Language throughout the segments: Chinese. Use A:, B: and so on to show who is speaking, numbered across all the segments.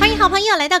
A: 欢迎好朋友来到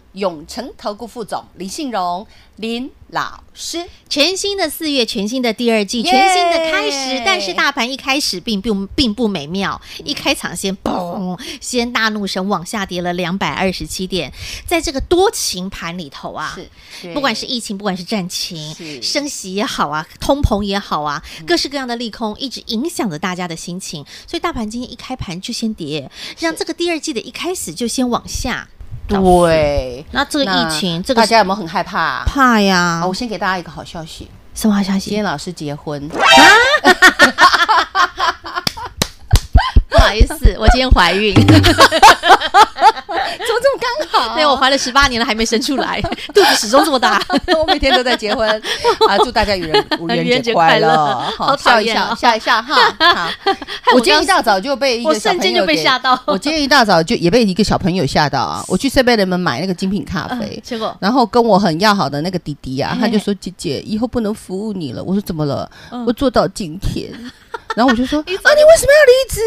B: 永诚投顾副总林信荣林老师。
A: 全新的四月，全新的第二季，
B: 耶
A: 全新的开始。但是大盘一开始并不并不美妙，一开场先嘣，先大怒神往下跌了两百二十七点。在这个多情盘里头啊，
B: 是
A: 不管是疫情，不管是战情，
B: 是
A: 升息也好啊，通膨也好啊，各式各样的利空一直影响着大家的心情。所以大盘今天一开盘就先跌，让这个第二季的一开始就先往下。
B: 对
A: 那哦这个疫情，
B: 那
A: 这个
B: 大家有没有很害怕？
A: 怕呀
B: 好，我？先给大家一个好消息，
A: 什么好消
B: 今
A: 息？
B: 天老师结婚，
A: 不好 意思，我今天怀孕。
B: 怎么这么刚好
A: 对，我怀了十八年了，还没生出来， 肚子始终这么 大。
B: 我每天都在 结婚啊！祝大家愚人无
A: 愚人
B: 人
A: 节
B: 节
A: 快
B: 快
A: 乐
B: 乐，
A: 好讨
B: 笑一
A: 厌哦
B: 笑，笑一笑哈。 好，我今天一大早就被一
A: 我
B: 个小
A: 瞬
B: 朋
A: 间就
B: 友
A: 被
B: 给
A: 吓到
B: 我今天一大早就也被一个小朋友吓到啊！我去 seven 人们买那个精品咖啡
A: 嗯，结果
B: 然后跟我很要好的那个弟弟啊
A: 哎，
B: 他就说：“姐姐，以后不能服务你了。”我说：“怎么了？
A: 嗯
B: 我做到 今天。”然后我就说：“啊，你为什么要离职？”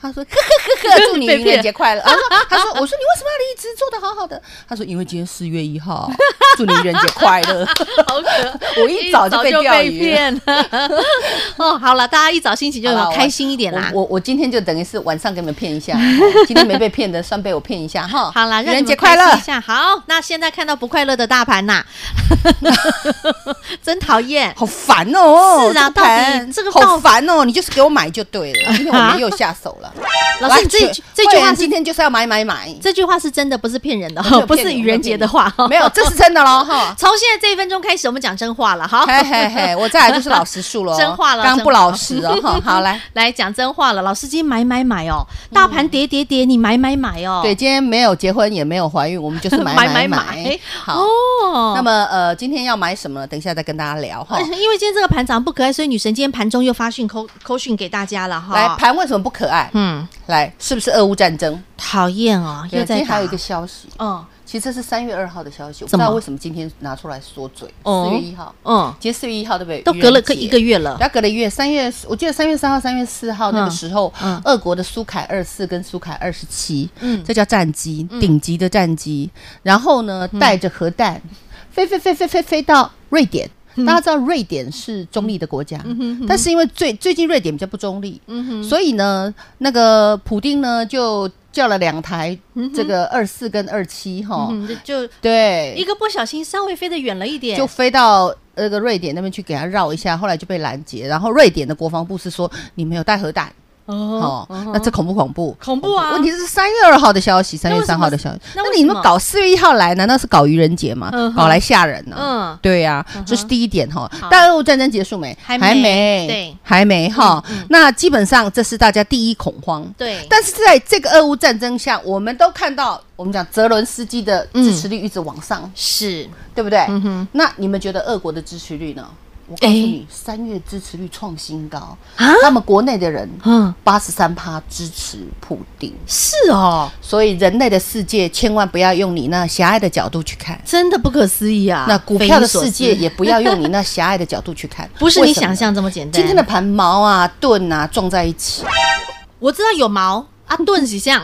B: 他说：“呵呵呵呵，祝你
A: 被
B: 愚人
A: 骗
B: 节快乐。”啊他说：“我说你为什么要离职？做的好好的。”他说：“因为今天四月一 号，祝你愚人节快乐。”
A: 好可，
B: 我一早就被
A: 就
B: 钓
A: 被
B: 鱼了。
A: 骗了。 哦，好了，大家一早心情就
B: 好啦我
A: 开心一点啦。
B: 我我我今天就等于是晚上给你们 骗一下，今天没被骗的算被我骗一下哈。
A: 好啦，
B: 愚
A: 让你
B: 人
A: 们
B: 节快乐
A: 开心一！下。好，那现在看到不快乐的大盘呐， 真讨厌。
B: 好烦哦，
A: 是啊
B: 这个盘
A: 到底这个到底
B: 好烦哦，你就是给我买就对 了。今天我们又下手了，
A: 老师，你这
B: 完
A: 句
B: 全
A: 这句
B: 会
A: 话
B: 员
A: 是
B: 今天就是要买买买，
A: 这句话是真的，不是骗人的
B: 没有骗，你
A: 不是愚人节的话。。
B: 没有，这是真的喽哈
A: 从现在这一分钟开始，我们讲真话了。好，
B: 嘿嘿嘿，我再来就是老实数喽，
A: 真话了
B: 刚
A: 真
B: 不
A: 话
B: 老实哦 哈。好来，嗯
A: 来讲真话了。老师今天买买买哦，大盘跌跌跌，你买买买哦。
B: 对，今天没有结婚也没有怀孕，我们就是 买
A: 买
B: 买
A: 买
B: 买
A: 买。
B: 好，
A: 哦
B: 那么呃，今天要买什么呢？等一下再跟大 家聊哈
A: 而。且因为今天这个盘涨不可爱，所以女神今天盘中又发讯扣扣讯给大家了哈。
B: 来，盘为什么不可爱？
A: 嗯，
B: 来，是不是俄乌战争？
A: 讨厌哦，
B: 对
A: 又在
B: 今天还
A: 打
B: 有一。个消息，
A: 嗯
B: 其实这是三月二号的消息，我不
A: 怎
B: 知
A: 么
B: 道为什么今天拿出来说嘴。
A: 哦
B: 四月一号，
A: 嗯，
B: 今天四月一号对不对？
A: 都
B: 愚
A: 隔了
B: 人
A: 个
B: 节
A: 一个。月了。
B: 要隔了一个月，三月，我记得三月三号、三月四号那个
A: 嗯
B: 时候，
A: 嗯
B: 俄国的苏凯二四跟苏凯二十七，
A: 嗯
B: 这叫战机，顶级的战机。然后呢，带着核弹，
A: 嗯
B: 飞飞飞飞飞飞到瑞典。大家知道瑞典是中立的国家，
A: 嗯
B: 但是因为最最近瑞典比较不中立，所以呢，那个普丁呢就叫了两台这个二四跟二七哈，
A: 嗯，就就
B: 对，
A: 一个不小心稍微飞得远了一点，
B: 就飞到那个瑞典那边去给他绕一下，后来就被拦截。然后瑞典的国防部是说你没有带核弹，
A: 哦
B: 哦，，那这恐不恐怖？
A: 恐怖啊
B: 问！题是三月二号的消息，三
A: 那
B: 月
A: 为什
B: 三
A: 么
B: 号的消息，
A: 那
B: 那
A: 为什么
B: 你们搞四月一号来，难道是搞愚人节吗
A: 嗯？哼
B: 搞来吓人呢？
A: 嗯，
B: 对呀
A: 嗯哼，
B: 这是第一点哈
A: 好。
B: 但俄乌战争结束没？
A: 还没
B: 没，
A: 对，
B: 还没哈
A: 嗯嗯。
B: 那基本上这是大家第一恐慌。
A: 对，
B: 但是在这个俄乌战争下，我们都看到，我们讲泽伦斯基的
A: 嗯
B: 支持率一直往上，
A: 是
B: 对不对？
A: 嗯哼
B: 那你们觉得俄国的支持率呢？我告诉你，三月支持率创新高，
A: 啊
B: 他们国内的人
A: 嗯
B: 八十三趴支持普丁，
A: 是哦，
B: 所以人类的世界千万不要用你那狭隘的角度去看，
A: 真的不可思议啊！
B: 那股票的
A: 匪夷所
B: 世
A: 思，
B: 界也不要用你那狭隘的角度去看
A: 不是你
B: 为什么
A: 想。象这么简单。
B: 今天的盘毛啊、盾啊撞在一 起，
A: 我知道有毛啊，盾几 项，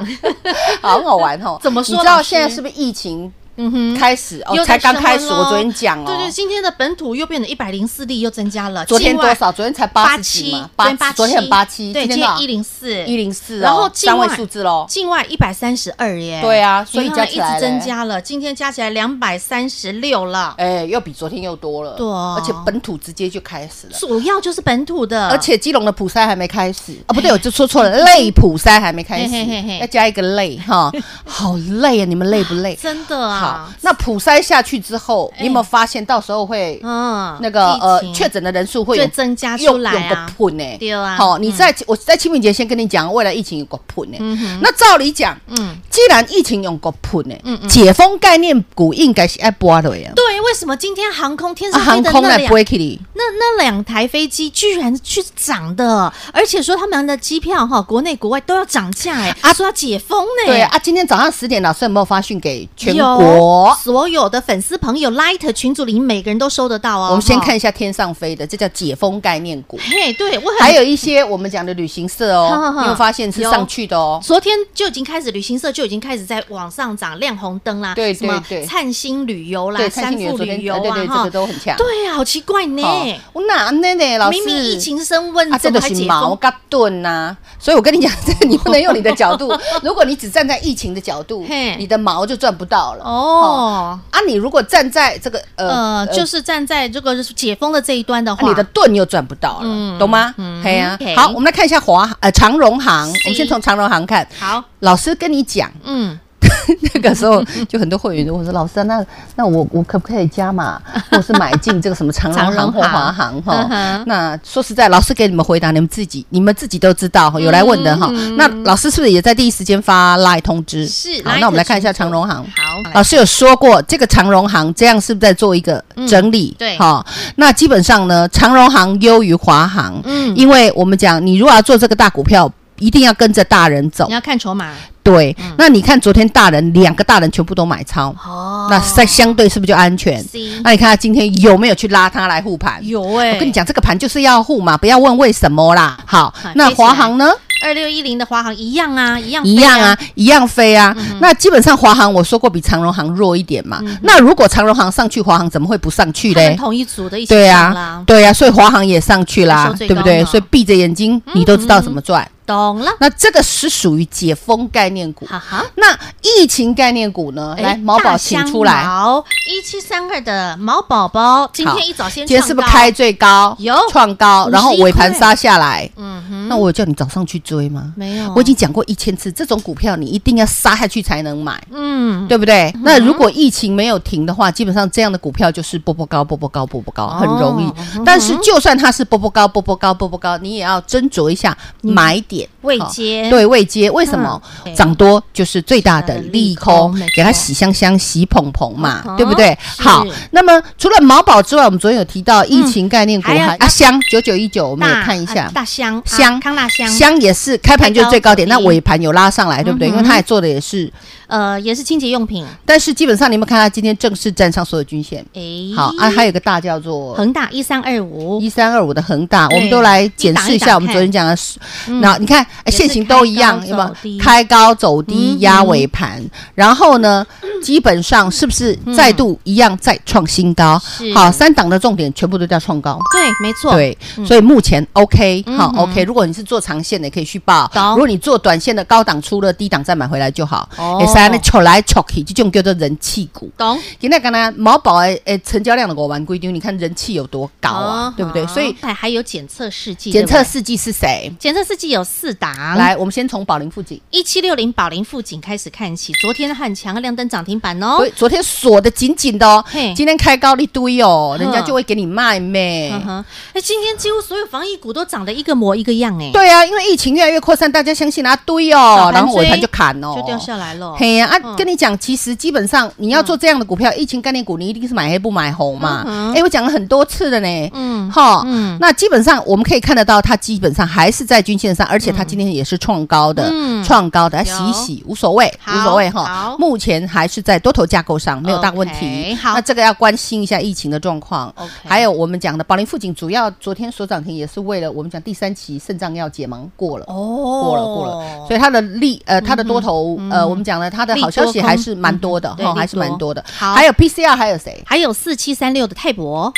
B: 好很好玩哦。
A: 怎么说
B: 你知道
A: 老师
B: 现在是不是疫情
A: 嗯哼。
B: 开始
A: 又
B: 哦？
A: 在
B: 才刚开始，
A: 升温咯
B: 我昨天讲哦。
A: 对对，今天的本土又变得一百零四例，又增加了。
B: 昨天
A: 境
B: 多
A: 外
B: 少？昨天才八
A: 八
B: 十
A: 七
B: 几嘛，，
A: 昨天
B: 八
A: 八
B: 昨天八七，
A: 对，今
B: 多
A: 天
B: 少
A: 一零四，哦
B: 一零四，哦
A: 然后境
B: 三
A: 外
B: 位数字喽。
A: 境外一百三十二耶，
B: 哦对啊所以
A: 银行
B: 加
A: 一
B: 起
A: 直
B: 来嘞
A: 增加了，今天加起来两百三十六了，
B: 哎，又比昨天又多了，
A: 对啊
B: 而且本土直接就开始了，
A: 主要就是本土的，
B: 哦而且基隆的普筛还没开始啊啊，不对，我就说错了，类普筛还没开
A: 嘿嘿嘿嘿
B: 始，要加一个类哈，好累啊，你们累不累？哎
A: 真的啊，
B: 好。那普筛下去之后，你有没有发现到时候会
A: 嗯，
B: 那个呃
A: 疫情
B: 确诊的人数会有
A: 就增加
B: 有
A: 出来
B: 有
A: 啊
B: 个喷呢？
A: 对啊
B: 好，你
A: 嗯
B: 在我在清明节先跟你讲，未来疫情有个喷呢。那照理讲，
A: 嗯
B: 嗯，既然疫情有个喷呢，解封概念股应该是爱波落呀，
A: 对，为什么今天航空天
B: 啊，
A: 上飞
B: 航
A: 的
B: 空
A: 那
B: 来
A: 两
B: 不会去哩。
A: 那那两台飞机居然去涨的，而且说他们的机票哈，国内国外都要涨价哎、啊，说要解封呢、
B: 对啊，今天早上十点，老师有没有发讯给全
A: 有
B: 国？
A: 所有的粉丝朋友、Light 群组里，每个人都收得到哦。
B: 我们先
A: 哈
B: 看，一下天上飞的，这叫解封概念股。
A: 嘿，对我很
B: 还有一些我们讲的旅行社
A: 好好
B: 哦，
A: 好
B: 你有发现是
A: 有
B: 上去的哦。
A: 昨天就已经开始，旅行社就已经开始在往上涨，亮红灯啦，
B: 对
A: 什
B: 对
A: 么
B: 对
A: 灿星旅游啦、
B: 对，
A: 三
B: 餐厅
A: 富
B: 昨
A: 旅
B: 天
A: 游
B: 呃对
A: 啊，
B: 对，这个都很强。
A: 对啊，好奇怪呢，
B: 哦，我哪那呢？老师，
A: 明明疫情升温，
B: 啊，这
A: 嗯怎
B: 个
A: 么还
B: 是
A: 解
B: 毛
A: 封？
B: 嘎盾呐，所以我 跟你讲，这个你不能用你的角度。如果你只站在疫情的角度
A: 嘿，
B: 你的毛就赚不到了。哦，
A: 哦，
B: 啊，你如果站在这个呃
A: 呃，就是站在这个解封的这一端的
B: 啊
A: 话，
B: 你的盾又赚不到
A: 嗯
B: 了，懂吗
A: 嗯？
B: 嘿呀
A: OK，
B: 好，我们来看一下华呃长荣行，
A: 是
B: 我们先从长荣行看。
A: 好，
B: 老师跟你讲，
A: 嗯，
B: 那个时候就很多会员跟我说：“老师啊，那那我我可不可以加码， 或是买进这个什么长
A: 长
B: 荣
A: 荣
B: 行或华
A: 行
B: 航？”
A: 嗯
B: 哈
A: 哼，
B: 那说实在，老师给你们回答，你们自己你们自己都知
A: 嗯
B: 道哈，有来问的哈。那老师是不是也在第一时间发 l 通知？
A: 是
B: 好，
A: Line
B: 那我们来看一下
A: 群组
B: 长荣行。啊
A: 好，
B: 老师有说过，这个长荣行这样是不是在做一个整理？
A: 嗯对
B: 好、那基本上呢，长荣行优于华航，
A: 嗯
B: 因为我们讲，你如果要做这个大股票，一定要跟着大人走
A: 你。要看筹码
B: 对，那你看昨天大人两个大人全部都买超，
A: 嗯哦
B: 那在相对是不是就安全？
A: C
B: 那你看他今天有没有去拉它来护盘？
A: 有哎，
B: 我跟你，讲，这个盘就是要护嘛，不要问为什么啦。好
A: 好，
B: 那
A: 飞起来
B: 华航呢？
A: 二六一零的华航一样啊，嗯一样
B: 一样
A: 飞
B: 啊，，一样飞啊。那基本上华航我说过比长荣航弱一点嘛。那如果长荣航上去，华航怎么会不上去
A: 嗯他们
B: 嘞？
A: 同一组的一起
B: 对
A: 上
B: 啊
A: 啦，，
B: 对啊，所以华航也上去
A: 那时
B: 啦
A: 候，最
B: 对不
A: 高嗯
B: 对？
A: 呢
B: 所以闭着眼睛你都知道怎么赚。
A: 懂了，
B: 那这个是属于解封概念股。
A: 哈哈。
B: 那疫情概念股呢？
A: 哎
B: 来，毛宝请出来，，
A: 一七三二的毛宝宝，今天一早先
B: 今天是不是
A: 创高
B: 开？最高？
A: 有
B: 创高，
A: 51
B: 然后尾盘
A: 块
B: 杀下来。
A: 嗯哦哼，
B: 那我有叫你早上去追吗？
A: 没有，啊
B: 我已经讲过一千次，这种股票你一定要杀下去才能买。
A: 嗯，
B: 对不对？那如果疫情没有停的话，基本上这样的股票就是波波高、波波高、波波高，
A: 哦
B: 很容易。
A: 嗯
B: 但是就算它是波波高、波波高、波波高，你也要斟酌一下
A: 嗯
B: 买点、
A: 位
B: 好
A: 阶
B: 对位接，为什么
A: 嗯
B: 涨多就是最大的利
A: 最大的利空
B: 空
A: 没错，
B: 给它洗香香、洗捧捧嘛
A: 嗯哼，
B: 对不对？
A: 是嗯
B: 好，那么除了毛宝之外，我们昨天有提到疫情概念股，
A: 还有
B: 还阿香九九一九，我们也
A: 大
B: 看一下
A: 啊。大香
B: 香
A: 啊康纳香
B: 香也是开盘就是最高点，
A: 最高
B: 那尾盘有拉上来，对不对？
A: 嗯哼
B: 因为它也做的也是
A: 呃，也是清洁用品，
B: 但是基本上你有没有看它今天正式站上所有均线？
A: 哎，
B: 好啊，还有一个大叫做
A: 恒大一三二五，
B: 一三二五的恒大，
A: 对
B: 我们都来检视一
A: 一档一档
B: 下我们昨天讲的是。那你看哎
A: 也是
B: 现行都一样，
A: 开高
B: 有没有
A: 走低
B: 开高走
A: 嗯
B: 低
A: 嗯
B: 压尾盘？然后呢，基本上是不是再度一样再创新高
A: 嗯是？
B: 好，三档的重点全部都叫创高。
A: 对，没错，
B: 对，所以目前 OK
A: 嗯
B: 好
A: 哼
B: OK。如果你是做长线的，可以续报
A: 懂；
B: 如果你做短线的，高档出了低档再买回来就好。
A: 哦
B: 也是安尼炒来炒去，这种叫做人气股。
A: 懂，
B: 今天刚才毛宝诶诶成交量的五万规定，你看人气有多高啊，
A: 哦
B: 对不对？
A: 好
B: 所以
A: 哎还有检测试剂，
B: 检
A: 对
B: 测
A: 不对
B: 试剂是谁？
A: 检测试剂有四档，
B: 来，我们先从宝林附近。
A: 一七六零宝林富锦开始看起，昨天很强，亮灯涨停板哦
B: 所，以昨天锁的紧紧的哦
A: 嘿，
B: 今天开高利堆哦，
A: 哼
B: 人家就会给你卖咩
A: 嗯。哼，哎，今天几乎所有防疫股都涨得一个模一个样，哎，
B: 对啊，因为疫情越来越扩散，大家相信啊，堆
A: 早盘，
B: 哦然后尾盘
A: 追
B: 就砍哦，
A: 就掉下来了，
B: 嘿呀啊
A: 嗯！
B: 跟你讲，其实基本上你要做这样的股票，疫情概念股，你一定是买黑不买红
A: 嗯
B: 嘛
A: 哼。
B: 哎，我讲了很多次了呢。
A: 嗯，
B: 哈，
A: 嗯
B: 那基本上我们可以看得到，它基本上还是在均线上，而且它今天也是创高的
A: 嗯，
B: 创高的，它
A: 有
B: 哎洗一洗无所谓，
A: 好
B: 无所谓
A: 好
B: 哈。目前还是在多头架构上，没有大问题
A: OK，。好
B: 那这个要关心一下疫情的状况
A: OK。
B: 还有我们讲的宝林富锦，主要昨天所涨停也是为了我们讲第三期肾脏药解盲过了。
A: 哦嗯
B: 过了过了，所以它的利呃它的多头呃我们讲了它的好消息还是蛮多的
A: 利多
B: 哈，
A: 空
B: 还是蛮多的。
A: 好
B: 还有 PCR 还有谁？
A: 还有四七三六的泰博，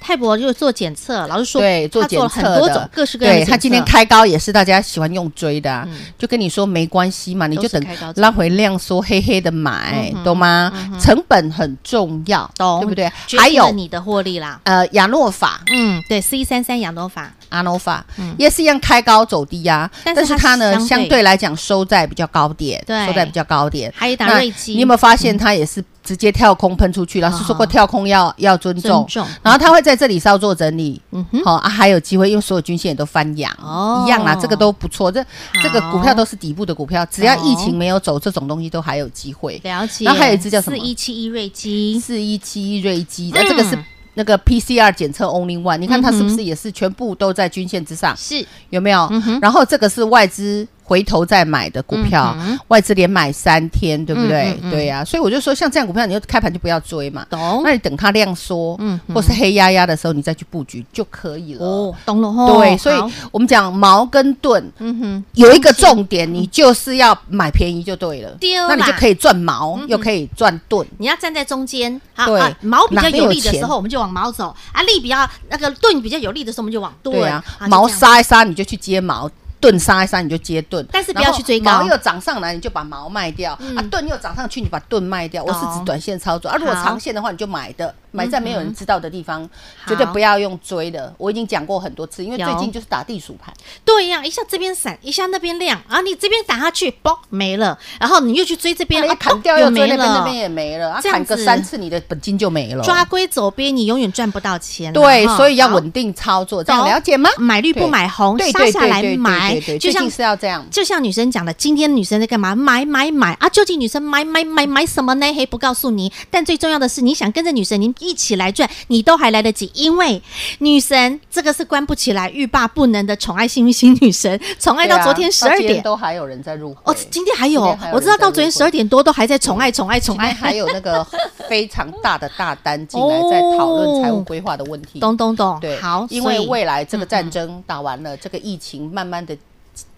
A: 泰博就是做检测，老师说
B: 对，做
A: 他
B: 检
A: 做了
B: 测
A: 很多种
B: 的，
A: 各式各样的
B: 对
A: 检测。
B: 他今天开高也是大家喜欢用追的啊
A: 嗯，
B: 就跟你说没关系嘛，你就等
A: 都是开高走
B: 拉回量缩黑黑的买
A: 嗯哼，
B: 懂吗？成本很重要，
A: 懂
B: 对不对
A: 决？定
B: 还
A: 了
B: 有
A: 你的获利啦。
B: 呃，亚诺法
A: 嗯，对，四一三三杨东法
B: 阿诺法也是一样开高走低呀、
A: 但是
B: 但是它呢
A: 它相对
B: 相对来讲收在比较高点，
A: 对
B: 收在比较高点。
A: 还有一档
B: 那
A: 瑞基，
B: 你有没有发现它也是直接跳空喷出去？老师说过
A: 嗯啊
B: 跳空要要尊
A: 尊
B: 重，
A: 重？
B: 然后它会在这里稍作整理，
A: 嗯哼，
B: 好、啊，还有机会，因为所有均线也都翻阳，
A: 哦
B: 一样啊啦，这个都不错。这这个股票都是底部的股票，只要疫情没有走，这种东西都还有机会。
A: 了解。
B: 然后还有一只叫什么
A: 四一七一瑞基，
B: 四一七一瑞基，那、
A: 嗯
B: 这个是那个 PCR 检测 Only One，你看它
A: 嗯哼
B: 是不是也是全部都在均线之上？
A: 是
B: 有没有？
A: 嗯哼
B: 然后这个是外资回头再买的股票，
A: 嗯哼
B: 外资连买三天，对不对？
A: 嗯嗯嗯
B: 对呀、所以我就说，像这样股票，你就开盘就不要追嘛。
A: 懂
B: 那你等它量缩，
A: 嗯哼
B: 或是黑压压的时候，你再去布局就可以了。
A: 哦，懂了哦。
B: 对，所
A: 好
B: 以我们讲毛跟盾
A: 嗯哼，
B: 有一个重点，你就是要买便宜就对了，
A: 嗯丢啦嗯
B: 那你就可以赚毛，又可以赚盾。
A: 你要站在中间，好
B: 对
A: 啊，毛比较
B: 哪边
A: 有
B: 有
A: 力的时
B: 钱
A: 候我们就往毛走啊，力比较那个盾比较有力的时候我们就往盾
B: 对啊，
A: 好
B: 毛
A: 就这样
B: 杀一杀你就去接毛，盾杀一杀你就接盾，
A: 但是不要去追高
B: 然后毛又涨上来，你就把毛卖掉
A: 嗯
B: 啊；盾又涨上去，你把盾卖掉。我是
A: 懂
B: 指短线操作啊，如果
A: 好嗯
B: 长线的话，你就买的，买在没有人知道的地方，绝对
A: 好
B: 不要用追的。我已经讲过很多次，因为
A: 有
B: 最近就是打地鼠盘，
A: 对呀、一下这边闪，一下那边亮，然后你这边打下去，嘣没了，然后你又去追这边，
B: 啊
A: 哎，
B: 砍
A: 嘣
B: 掉
A: 又
B: 又追
A: 没
B: 那边，那边
A: 了。
B: 也没了，啊，
A: 这样
B: 砍个
A: 子
B: 三次你的本金就没了。
A: 抓龟走边，你永远赚不到钱啦。
B: 对，
A: 哈
B: 所以要
A: 好嗯
B: 稳定操作，这样
A: 懂
B: 了解吗？
A: 买绿不
B: 对
A: 买红，
B: 对
A: 杀
B: 对
A: 下
B: 对
A: 来
B: 对
A: 买
B: 对对，，
A: 就
B: 最
A: 像
B: 近是要这样。
A: 就像女生讲的，今天女生在干嘛？买买买啊！究竟女生买买买买什么呢？嘿，不告诉你。但最重要的是，你想跟着女神，你一起来赚，你都还来得及，因为女神这个是关不起来、欲罢不能的宠爱幸运星女 神，宠爱到昨天十
B: 对啊
A: 二
B: 到今
A: 点。
B: 都还有人在入会
A: 哦，今天还有
B: 今天还，有
A: 我知道
B: 人在
A: 到昨天
B: 入会
A: 十二点多都还在宠爱、宠爱、宠
B: 今天
A: 爱。
B: 还有那个非常大的大单进来，在讨论财务规划的问题。
A: 懂懂哦懂
B: 对，，
A: 好，嗯
B: 因
A: 所
B: 为
A: 以
B: 未来这个战争打完了，这个疫情慢慢的，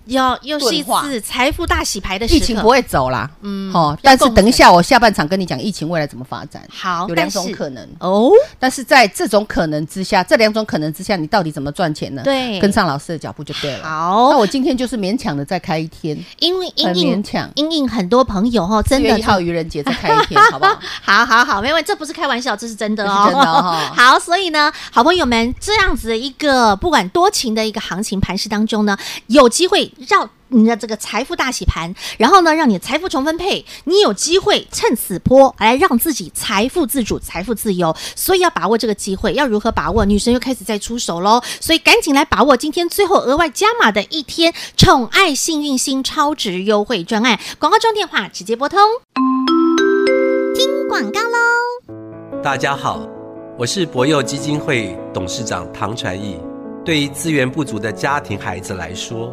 A: 要又是一
B: 钝化
A: 次财富大洗牌的时
B: 疫
A: 刻。
B: 情不会走啦，
A: 嗯
B: 嗯，哦，
A: 要
B: 但
A: 共存
B: 是等一下我下半场跟你讲疫情未来怎么发展，
A: 好，
B: 有两
A: 但
B: 种
A: 是
B: 可能，
A: 哦，
B: 但是在这种可能之下，这两种可能之下，你到底怎么赚钱呢？
A: 对
B: 跟上老师的脚步就对了。
A: 好
B: 那，我今天就是勉强的再开一天，
A: 哦因为因
B: 很勉
A: 应
B: 强。
A: 因应很多朋友哦，真
B: 四月
A: 的
B: 一号愚人节再开一天，好 不好？
A: 好好好，没问题，这不是开玩笑，这是真的哦。
B: 这是真的哦
A: 好，所以呢，好朋友们，这样子的一个不管多情的一个行情盘势当中呢，有机会让。你的这个财富大洗盘，然后呢，让你财富重分配，你有机会趁此波来让自己财富自主、财富自由，所以要把握这个机会。要如何把握？女生又开始在出手喽，所以赶紧来把握今天最后额外加码的一天——宠爱幸运星超值优惠专案。广告中电话直接拨通，听广告喽。
C: 大家好，我是博幼基金会董事长唐传义。对于资源不足的家庭孩子来说，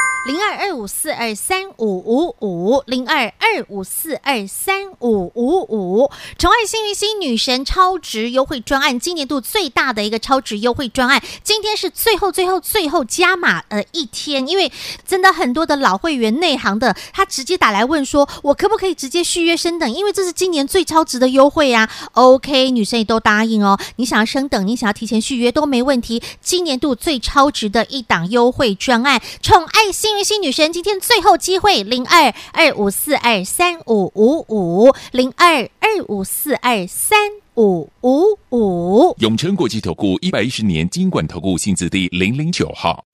A: 零二二五四二三五五五，零二二五四二三五五五。宠爱幸运星女神超值优惠专案，今年度最大的一个超值优惠专案，今天是最后、最后、最后加码呃一天，因为真的很多的老会员内行的，他直接打来问说，我可不可以直接续约升等？因为这是今年最超值的优惠啊。OK，女生也都答应哦。你想要升等，你想要提前续约都没问题。今年度最超值的一档优惠专案，宠爱幸运星女神，今天最后机会零二二五四二三五五五零二二五四二三五五五。
D: 永诚国际投顾一百一十年金管投顾性质第零零九号。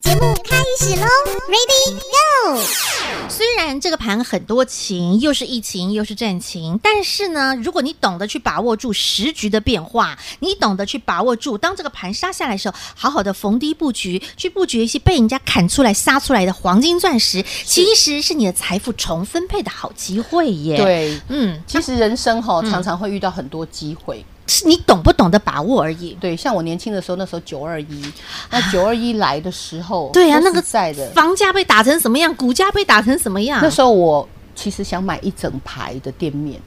A: 虽然这个盘很多情，又是疫情又是战情，但是呢，如果你懂得去把握住时局的变化，你懂得去把握住，当这个盘杀下来的时候，好好的逢低布局，去布局一些被人家砍出来、杀出来的黄金、钻石，其实是你的财富重分配的好机会耶。，
B: 对，
A: 嗯，
B: 其实人生哈、常常会遇到很多机会。
A: 是你懂不懂得把握而已。
B: 对，像我年轻的时候，那时候九二一，那九二一来的时候，
A: 对啊，
B: 说
A: 那
B: 实
A: 个
B: 在的，
A: 房价被打成什么样，股价被打成什么样
B: 那，时候我其实想买一整排的店面，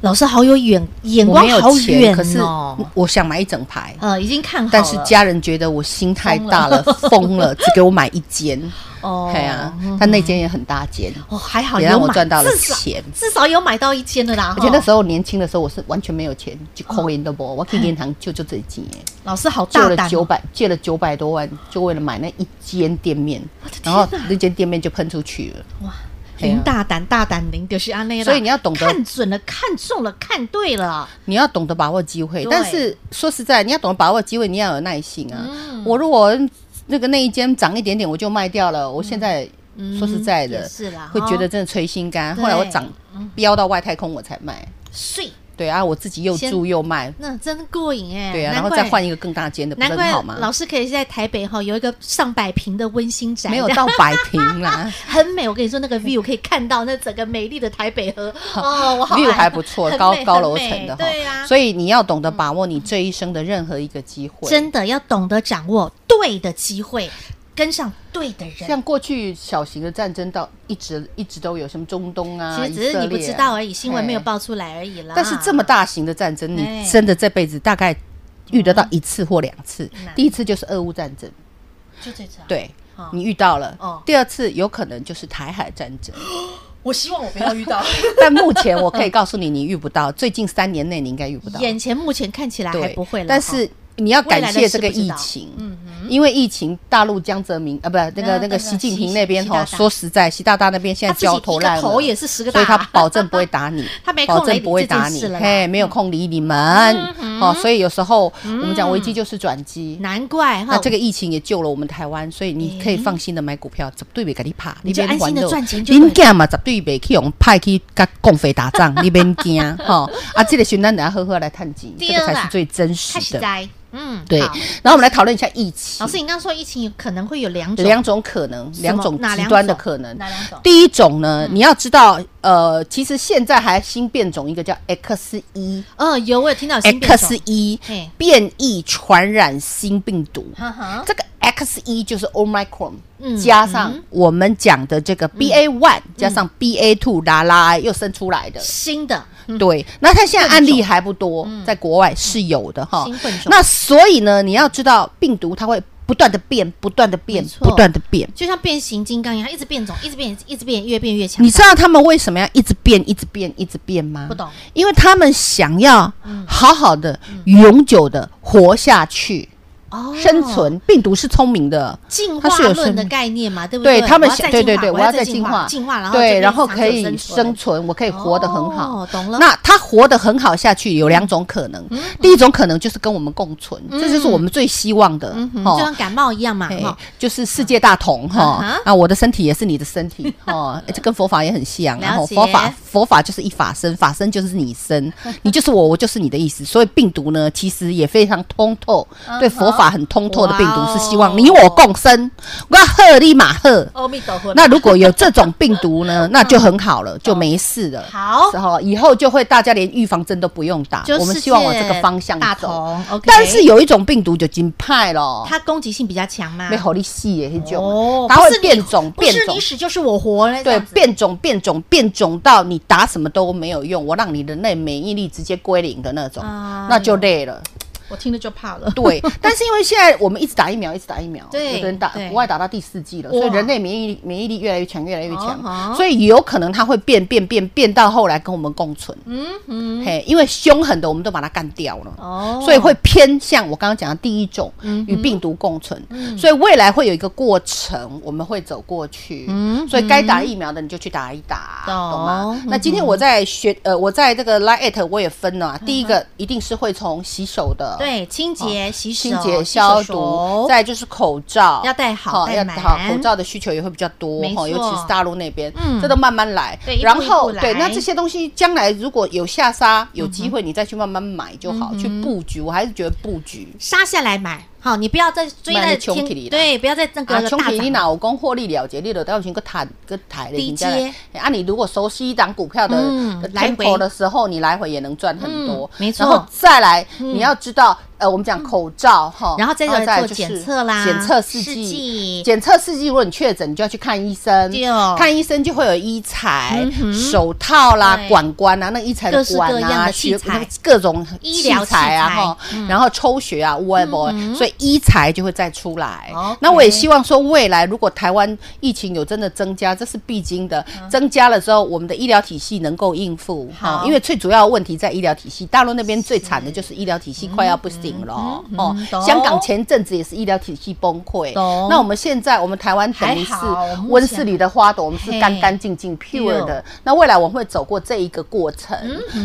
A: 老师好有眼眼
B: 我
A: 光
B: 没有
A: 好
B: 钱
A: 远
B: 可是
A: 哦。
B: 我想买一整排，
A: 呃，已经看好了，
B: 但是家人觉得我心太 大了，疯了，只给我买一间。
A: 哦，
B: 对啊，但那间也很大间，
A: 哦还好
B: 也
A: 有
B: 让我
A: 买，
B: 赚到了
A: 至少
B: 钱。
A: 至少有买到一间的啦。
B: 而且
A: 哈
B: 那时候年轻的时候，我是完全没有钱，就扣银都不，我去银行就就这一间，
A: 老师好
B: 借
A: 大
B: 了
A: 胆
B: 九
A: 哦，
B: 百，借了九百多万，就为了买那一间店面，然后那间店面就喷出去了。
A: 哇，
B: 哎呀
A: 林大胆大胆林就是安内了。
B: 所以你要懂得
A: 看准了，看中了，看对了。
B: 你要懂得把握机会，
A: 对
B: 但是说实在，你要懂得把握机会，你要有耐心啊。
A: 嗯
B: 我如果那个那一间涨一点点，我就卖掉了。我现在、
A: 嗯
B: 说实在
A: 也
B: 的，
A: 是啦哦
B: 会
A: 哈
B: 觉得真的捶心肝。
A: 对
B: 后来我涨飙到外太空，我才卖。
A: 睡，
B: 对啊，我自己又
A: 先
B: 住又卖，
A: 那真过瘾哎。
B: 对啊，然
A: 难
B: 后
A: 怪
B: 再换一个更大间的，不是
A: 难
B: 很
A: 怪
B: 好吗？
A: 老师可以在台北哈有一个上百平的温馨宅，
B: 没有
A: 这样
B: 到百平啦
A: 很美。我跟你说，那个 view 可以看到那整个美丽的台北 河。哦，我好爱
B: ，view 还不错，
A: 很
B: 高
A: 美
B: 高
A: 很
B: 楼
A: 美
B: 层的哈
A: 对啊。。
B: 所以你要懂得把握你这一生的任何一个机会。
A: 真的要懂得掌握对的机会，跟上对的人。
B: 像过去小型的战争到一直一直都有，什么中东啊，
A: 其实只是你不
B: 以色列
A: 知
B: 啊
A: 道啊而已，新闻没有。
B: 嘿
A: 报出来而已啦。
B: 但是这么大型的战争，
A: 哎
B: 你真的这辈子大概遇得到一次或两次
A: 嗯。
B: 第一次就是俄乌战争，
A: 就这次啊，
B: 对
A: 哦
B: 你遇到了
A: 哦。
B: 第二次有可能就是台海战争，
A: 我希望我不要遇到。
B: 但目前我可以告诉你，你遇不到。最近三年内你应该遇不 到。
A: 眼前目前看起来还
B: 对，
A: 不会了，
B: 但
A: 哈
B: 是你要
A: 未
B: 感
A: 来的
B: 谢
A: 事
B: 这个
A: 不知
B: 疫
A: 道嗯
B: 情，因为疫情，大陆江泽民啊，不，那
A: 那
B: 个那
A: 个
B: 个习近
A: 习
B: 平那边
A: 习
B: 哈，
A: 大大
B: 说实在，习大大那边现
A: 他
B: 在
A: 自己
B: 焦
A: 一
B: 头
A: 个
B: 烂额，
A: 头也是十个
B: 所以
A: 大，
B: 他保证不会打你
A: 他没空
B: 保证
A: 理
B: 不会
A: 这件
B: 打
A: 事
B: 你
A: 了，啦嗯
B: 嘿，没有空理你们哦，所以有时候我们讲危
A: 嗯
B: 机就是转机。
A: 难怪哈，
B: 那这个疫情也救了我们台湾，所以你可以
A: 诶
B: 放心的买股票，绝对别给你怕，
A: 嗯你就
B: 免
A: 安心地
B: 烦恼
A: 赚钱就对了
B: 恁囝嘛绝对别去用派去甲共匪打仗，你免惊 吼。啊，这个选咱等下好好来探钱，
A: 对啊
B: 这个才
A: 啦
B: 是最真
A: 开
B: 实
A: 始
B: 的。
A: 在嗯
B: 对，
A: 好
B: 然后我们来讨论一下疫情
A: 老，师，你刚刚说疫情有可能会有两种，
B: 两种可能，
A: 什么
B: 两种
A: 哪
B: 极
A: 两
B: 端的
A: 种
B: 可能。
A: 哪两种？嗯
B: 第一种呢，你要知道，呃，其实现在还新变种一个叫 X 一
A: 呃，有我有听到有
B: 哎
A: 新变种
B: ，X 一
A: 嘿
B: 变异传染新病毒。
A: 哈哈，
B: 这个 X 一就是 Omicron，、
A: 嗯
B: 加上我们讲的这个 BA one、加上 BA two 啦啦又生出来的，
A: 新的嗯
B: 对，那它现在案例还不多，在国外是有的哈
A: 新混种。
B: 那所以呢，你要知道病毒它会不断的变，不断的变
A: 没，错
B: 不断的变。
A: 就像变形金刚一样，它一直变种，一直变，一直变，越变越强大。
B: 你知道他们为什么要一直变、一直变、一直变吗？
A: 不懂，嗯
B: 因为他们想要好好的、永久的活下去、
A: 哦
B: 生存。病毒是聪明的，
A: 进
B: 它
A: 化
B: 是有
A: 论的
B: 生
A: 概念嘛，对不
B: 对
A: 对
B: 他们
A: 我要
B: 想，
A: 再
B: 对
A: 进
B: 对
A: 化
B: 对，
A: 我
B: 我
A: 要
B: 要
A: 再
B: 再
A: 进
B: 进
A: 化，
B: 化，
A: 进化，然后这
B: 对，
A: 边
B: 然后
A: 长
B: 可
A: 久
B: 以生
A: 生存。
B: 存，我可以活得很好
A: 哦。懂了嗯
B: 那它活得很好下去，有两种可能，第一种可能就是跟我们共存，这就是我们最希望的
A: 嗯
B: 哦
A: 就像感冒一样嘛，
B: 嘿
A: 哈，
B: 就是世界大同哈
A: 啊哈
B: 啊，我的身体也是你的 身体哈，这跟佛法也很像。
A: 了
B: 然后
A: 解
B: 佛法佛法就是一法身，法身就是你 身，你就是我，我就是你的意思。所以病毒呢，其实也非常通透，对佛法很通透的病毒
A: 嗯哇哦
B: 是希望你我共生，我要鹤立马鹤。
A: 阿弥陀佛。
B: 那如果有这种病毒 呢，那就很好了，就没事了。
A: 嗯好，
B: 然后以后就会大家连预防针都不用打
A: 就，
B: 我们
A: 世
B: 希望往
A: 界
B: 这个方向
A: 大
B: 走。
A: 同，OK。
B: 但是有一种病毒就金派了，
A: 它攻击性比较强嘛
B: 被，狐狸戏耶，那
A: 哦
B: 种，它
A: 不
B: 会
A: 是你
B: 变种
A: 不
B: 变
A: 是
B: 种
A: 你，死就是我活，那这
B: 对，
A: 样子
B: 变种变种变种到你打什么都没有用，我让你的那免疫力直接归零的那种
A: 哎呦，
B: 那就累了。
A: 我听了就怕了。
B: 对，但是因为现在我们一直打疫苗，一直打疫苗，
A: 对
B: 有的人打
A: 对
B: 国外打到第四季了，
A: 哇
B: 所以人类免疫力免疫力越来越强，越来越强，
A: 哦吼
B: 所以有可能它会变变变变到后来跟我们共存。嗯嘿，因为凶狠的我们都把它干掉了。
A: 哦嗯
B: 所以会偏向我刚刚讲的第一种，与病毒共存。所以未来会有一个过程，我们会走过去。所以该打疫苗的你就去打一打，
A: 嗯懂
B: 懂吗
A: 嗯？
B: 那今天我在学，呃，我在这个 Line at 我也分了啊，
A: 嗯
B: 第一个一定是会从洗手的，
A: 对，清洁、洗手、
B: 哦清洁
A: 洗手
B: 消
A: 手
B: 毒，再就是口罩
A: 要戴好
B: 好
A: 戴
B: 要
A: 满
B: 好口罩的需求也会比较多
A: 没
B: 哈，尤
A: 错
B: 其是大陆那边
A: 嗯，
B: 这都慢慢来
A: 对一。步
B: 然
A: 一
B: 后
A: 步
B: 对，
A: 来
B: 那这些东西将来如果有下杀，有机
A: 嗯
B: 会你再去慢慢买就好，去布局。我还是觉得布局。
A: 杀下来买，好，你不要再追
B: 买
A: 在
B: 了穷
A: 天
B: 起来啦
A: 对，不要再那
B: 啊
A: 个，大
B: 穷皮你
A: 涨。
B: 老公获利了结，你就要先个谈个抬
A: 低
B: 的
A: 阶
B: 下来。哎啊，你如果熟悉一档股票的
A: 嗯
B: 的
A: 来回
B: tempo 的时候，你来回也能赚很多
A: 嗯。没错
B: 然后再来，你要知道呃，我们讲口罩哈，
A: 然后再
B: 来
A: 来做
B: 就是
A: 检测啦
B: 检测试
A: 试
B: 剂
A: 剂，
B: 检测试剂，如果你确诊，你就要去看医生
A: 对哦，
B: 看医生就会有医材
A: 嗯、哼
B: 手套啦、
A: 对
B: 管管啊，那医材的
A: 各式各
B: 管
A: 样
B: 啊，
A: 的器
B: 血
A: 材
B: 各种
A: 医疗器
B: 材啊
A: 材嗯
B: 哈，然后抽血啊，whatever，所以医材就会再出来
A: OK。
B: 那我也希望说，未来如果台湾疫情有真的增加，这是必经的，增加了之后，我们的医疗体系能够应付哈
A: 嗯好，嗯
B: 因为最主要的问题在医疗体系，大陆那边最惨的就是医疗体系快要不行了哦
A: 嗯嗯
B: 哦
A: 嗯懂。
B: 香港前阵子也是医疗体系崩溃
A: 懂，
B: 那我们现在我们台湾等于是
A: 还好我目前
B: 温室里的花朵，我们是
A: 嘿
B: 干干净净 pure
A: 对哦
B: 的。那未来我们会走过这一个过程，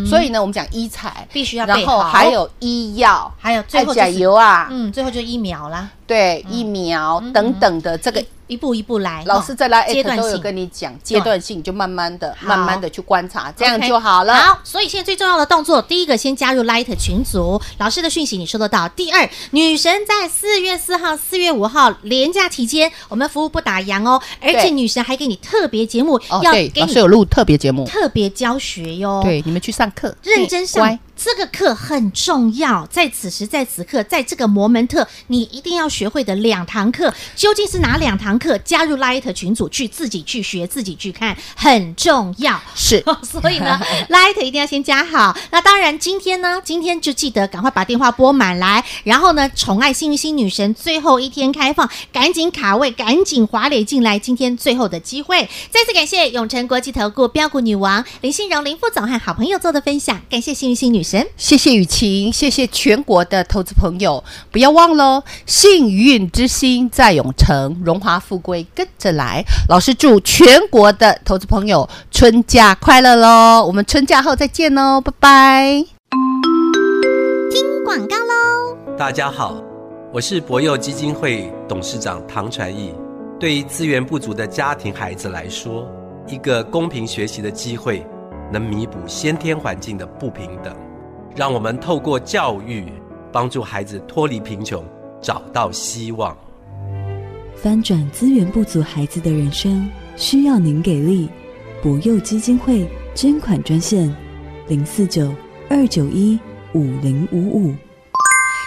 B: 所以呢，我们讲医材
A: 嗯必须要备
B: 然后
A: 好
B: 还有医药，
A: 还有最后就
B: 加
A: 是
B: 油啊，
A: 嗯，最后就疫苗啦，
B: 对疫苗等等的这个
A: 一步一步来。
B: 老师在拉
A: 哦阶段
B: app 都有
A: 性
B: 跟你讲阶段性，就慢慢的、
A: 好
B: 慢慢的去观察，这样
A: OK，
B: 就好了。
A: 好，所以现在最重要的动作，第一个先加入 Light 群组，老师的讯息你收得到。第二，女神在四月四号、四月五号连假期间，我们服务不打烊哦，而且
B: 对
A: 女神还给你特别节目，
B: 哦，
A: 要
B: 对，
A: 给
B: 老
A: 你
B: 师有录特别节目，
A: 特别教学哟。。
B: 对，你们去上课，
A: 认真上
B: 乖。
A: 这个课很重要，在此时在此刻，在这个摩门特，你一定要学会的两堂课，究竟是哪两堂课？加入 Light 群组去自己去学，自己去看，很重要。
B: 是
A: 所以呢，Light 一定要先加好。那当然，今天呢，今天就记得赶快把电话拨满来，然后呢，宠爱幸运星女神最后一天开放，赶紧卡位，赶紧华磊进来，今天最后的机会。再次感谢永诚国际投顾标股女王林信荣林副总和好朋友做的分享，感谢幸运星女神。
B: 谢谢雨晴，谢谢全国的投资朋友，不要忘喽！幸运之星在永城，荣华富贵跟着来。老师祝全国的投资朋友春假快乐喽！我们春假后再见喽，拜拜。
A: 广告喽。
C: 大家好，我是博幼基金会董事长唐传义。对于资源不足的家庭孩子来说，一个公平学习的机会，能弥补先天环境的不平等。让我们透过教育，帮助孩子脱离贫穷，找到希望。
E: 翻转资源不足孩子的人生，需要您给力。博幼基金会捐款专线：零四九二九一五零五五。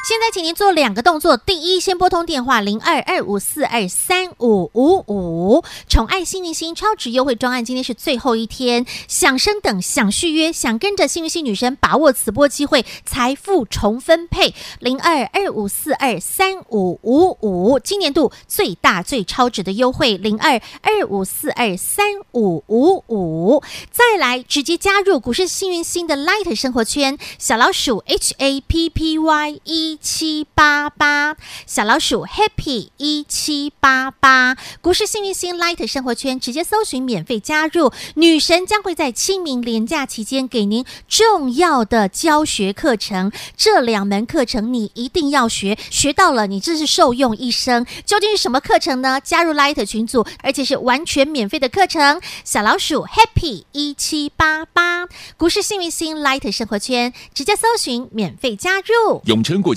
A: 现在，请您做两个动作：第一，先拨通电话零二二五四二三五五五，宠爱幸运星超值优惠专案，今天是最后一天，想升等、想续约、想跟着幸运星女神把握此波机会，财富重分配零二二五四二三五五五，今年度最大最超值的优惠零二二五四二三五五五，再来直接加入股市幸运星的 Light 生活圈，小老鼠 H A P P Y 一七八八，小老鼠 Happy 一七八八，股市幸运星 Light 生活圈直接搜寻免费加入，女神将会在清明连假期间给您重要的教学课程，这两门课程你一定要学，学到了你真是受用一生。究竟是什么课程呢？加入 Light 群组，而且是完全免费的课程。小老鼠 Happy 一七八八，股市幸运星 Light 生活圈，直接搜寻免费加入。
D: 永诚国